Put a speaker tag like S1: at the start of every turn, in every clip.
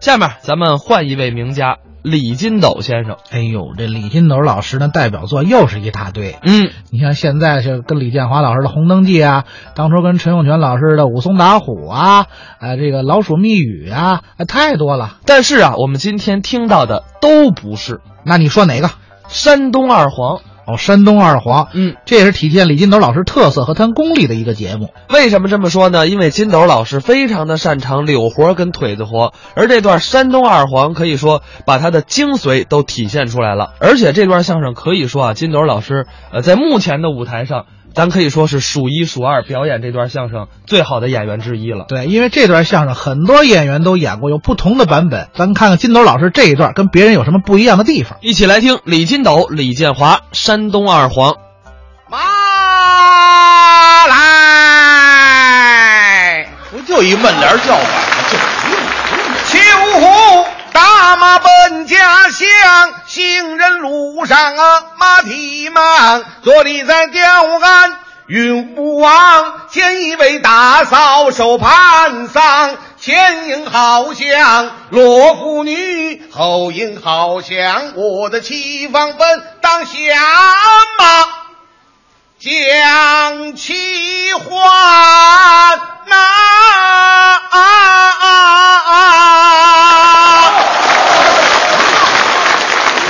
S1: 下面咱们换一位名家李金斗先生。
S2: 哎呦，这李金斗老师呢，代表作又是一大堆。
S1: 嗯，
S2: 你像现在是跟李建华老师的《红灯记》啊，当初跟陈永泉老师的《武松打虎》啊，呃，这个《老鼠密语》啊，呃太多了。
S1: 但是啊，我们今天听到的都不是
S2: 那你说哪个？
S1: 山东二黄。
S2: 哦，山东二黄，
S1: 嗯，
S2: 这也是体现李金斗老师特色和他功力的一个节目。
S1: 为什么这么说呢？因为金斗老师非常的擅长柳活跟腿子活，而这段山东二黄可以说把他的精髓都体现出来了。而且这段相声可以说啊，金斗老师呃在目前的舞台上，咱可以说是数一数二表演这段相声最好的演员之一了。
S2: 对，因为这段相声很多演员都演过，有不同的版本。咱看看金斗老师这一段跟别人有什么不一样的地方。
S1: 一起来听李金斗、李建华、山东二黄。
S3: 妈来，
S4: 哎不就一慢帘叫法？
S3: 秋胡大马奔家乡，行人路上啊马蹄慢，坐立在吊鞍云不忘，见一位大嫂手盘桑。前迎好像罗湖女，后迎好像我的七方奔当下马，将其还呐、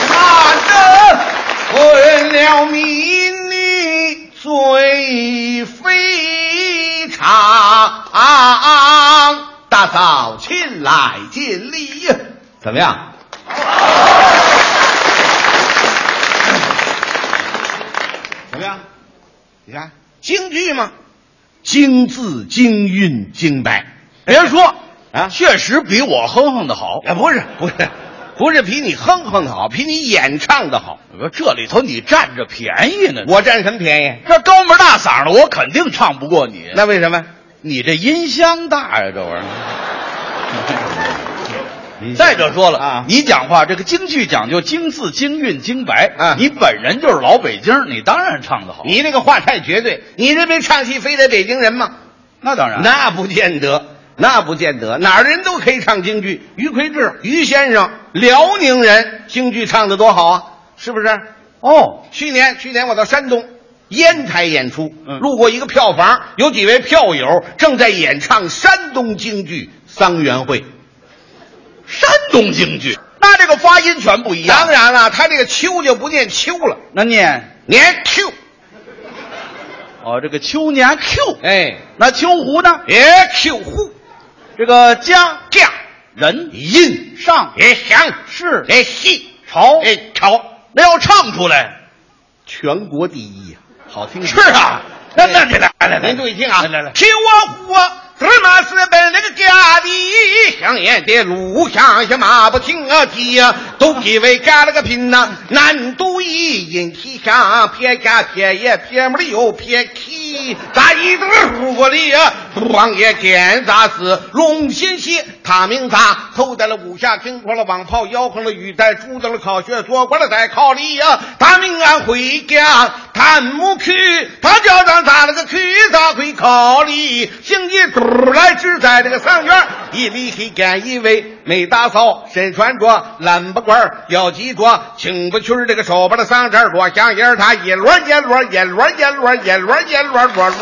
S3: 难得混了民女最非常。大嫂，亲来尽礼呀！
S4: 怎么样？
S3: 怎么样？你看
S4: 京剧吗？
S3: 京字、京韵、京白，
S4: 人家说
S3: 啊
S4: 确实比我哼哼的好。
S3: 啊，不是不是，
S4: 哎不是比你哼哼的好，比你演唱的好。我说这里头你占着便宜呢。
S3: 我占什么便宜？
S4: 这高门大嗓的，我肯定唱不过你。
S3: 那为什么？
S4: 你这音箱大呀，这 玩意儿。再者说了
S3: 啊
S4: 你讲话这个京剧讲究京字、京韵、京白
S3: 啊
S4: 你本人就是老北京，你当然唱得好。
S3: 你这个话太绝对，你认为唱戏非得北京人吗？
S4: 那当然，
S3: 那不见得，那不见得，哪儿的人都可以唱京剧。于魁智，于先生，辽宁人，京剧唱的多好啊，是不是？
S4: 哦，
S3: 去年去年我到山东烟台演出，
S4: 嗯
S3: 路过一个票房，有几位票友正在演唱山东京剧《桑园会》。
S4: 山东京剧，那这个发音全不一样。
S3: 当，然了，他这个秋就不念秋了，
S4: 那念
S3: 念秋。
S4: 哦，这个秋年 Q，
S3: 哎，
S4: 那秋胡呢？
S3: 也秋呼
S4: 这个江
S3: 降
S4: 人
S3: 音
S4: 上
S3: 也响
S4: 是
S3: 也戏
S4: 潮，
S3: 也潮，
S4: 哎那要唱出来，
S3: 全国第一呀、好听哎
S4: 是啊，那那你来来来，
S3: 您注意听啊，
S4: 来来来，
S3: 听我我德尔玛斯本那个家的香烟的路上下马不停啊蹄呀，都给为干了个拼呐、难度一引提上撇呀撇也撇没有撇起，咱一对如果的呀，王爷点砸死龙心血，他名砸头戴了五下金光了网炮，腰横了雨带，猪到了烤血，左关了带靠里呀，他命俺回家，他木去，他叫咱打了个去，他回考里，星期嘟来只在这个上院，一里黑干一位美大嫂，身穿着蓝布褂，腰系着青布裙儿，这个手把的桑梢落香烟儿，他一摞一摞一摞一摞一摞一摞一摞摞摞摞，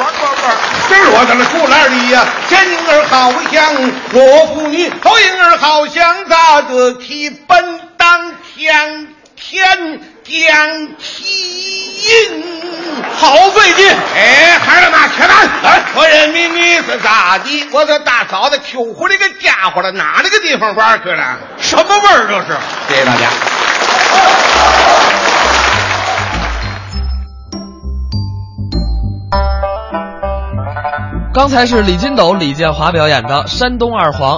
S3: 这落到了树篮里呀，前婴儿好像我妇女，后婴儿好像他的提奔当天天将其应。
S4: 好费劲。
S3: 哎，孩儿们，开门！来，我人民你是咋的？我这大嫂子秋胡这个家伙了，哪那个地方玩去了？
S4: 什么味儿这是？
S3: 谢谢大家。
S1: 刚才是李金斗、李建华表演的山东二黄。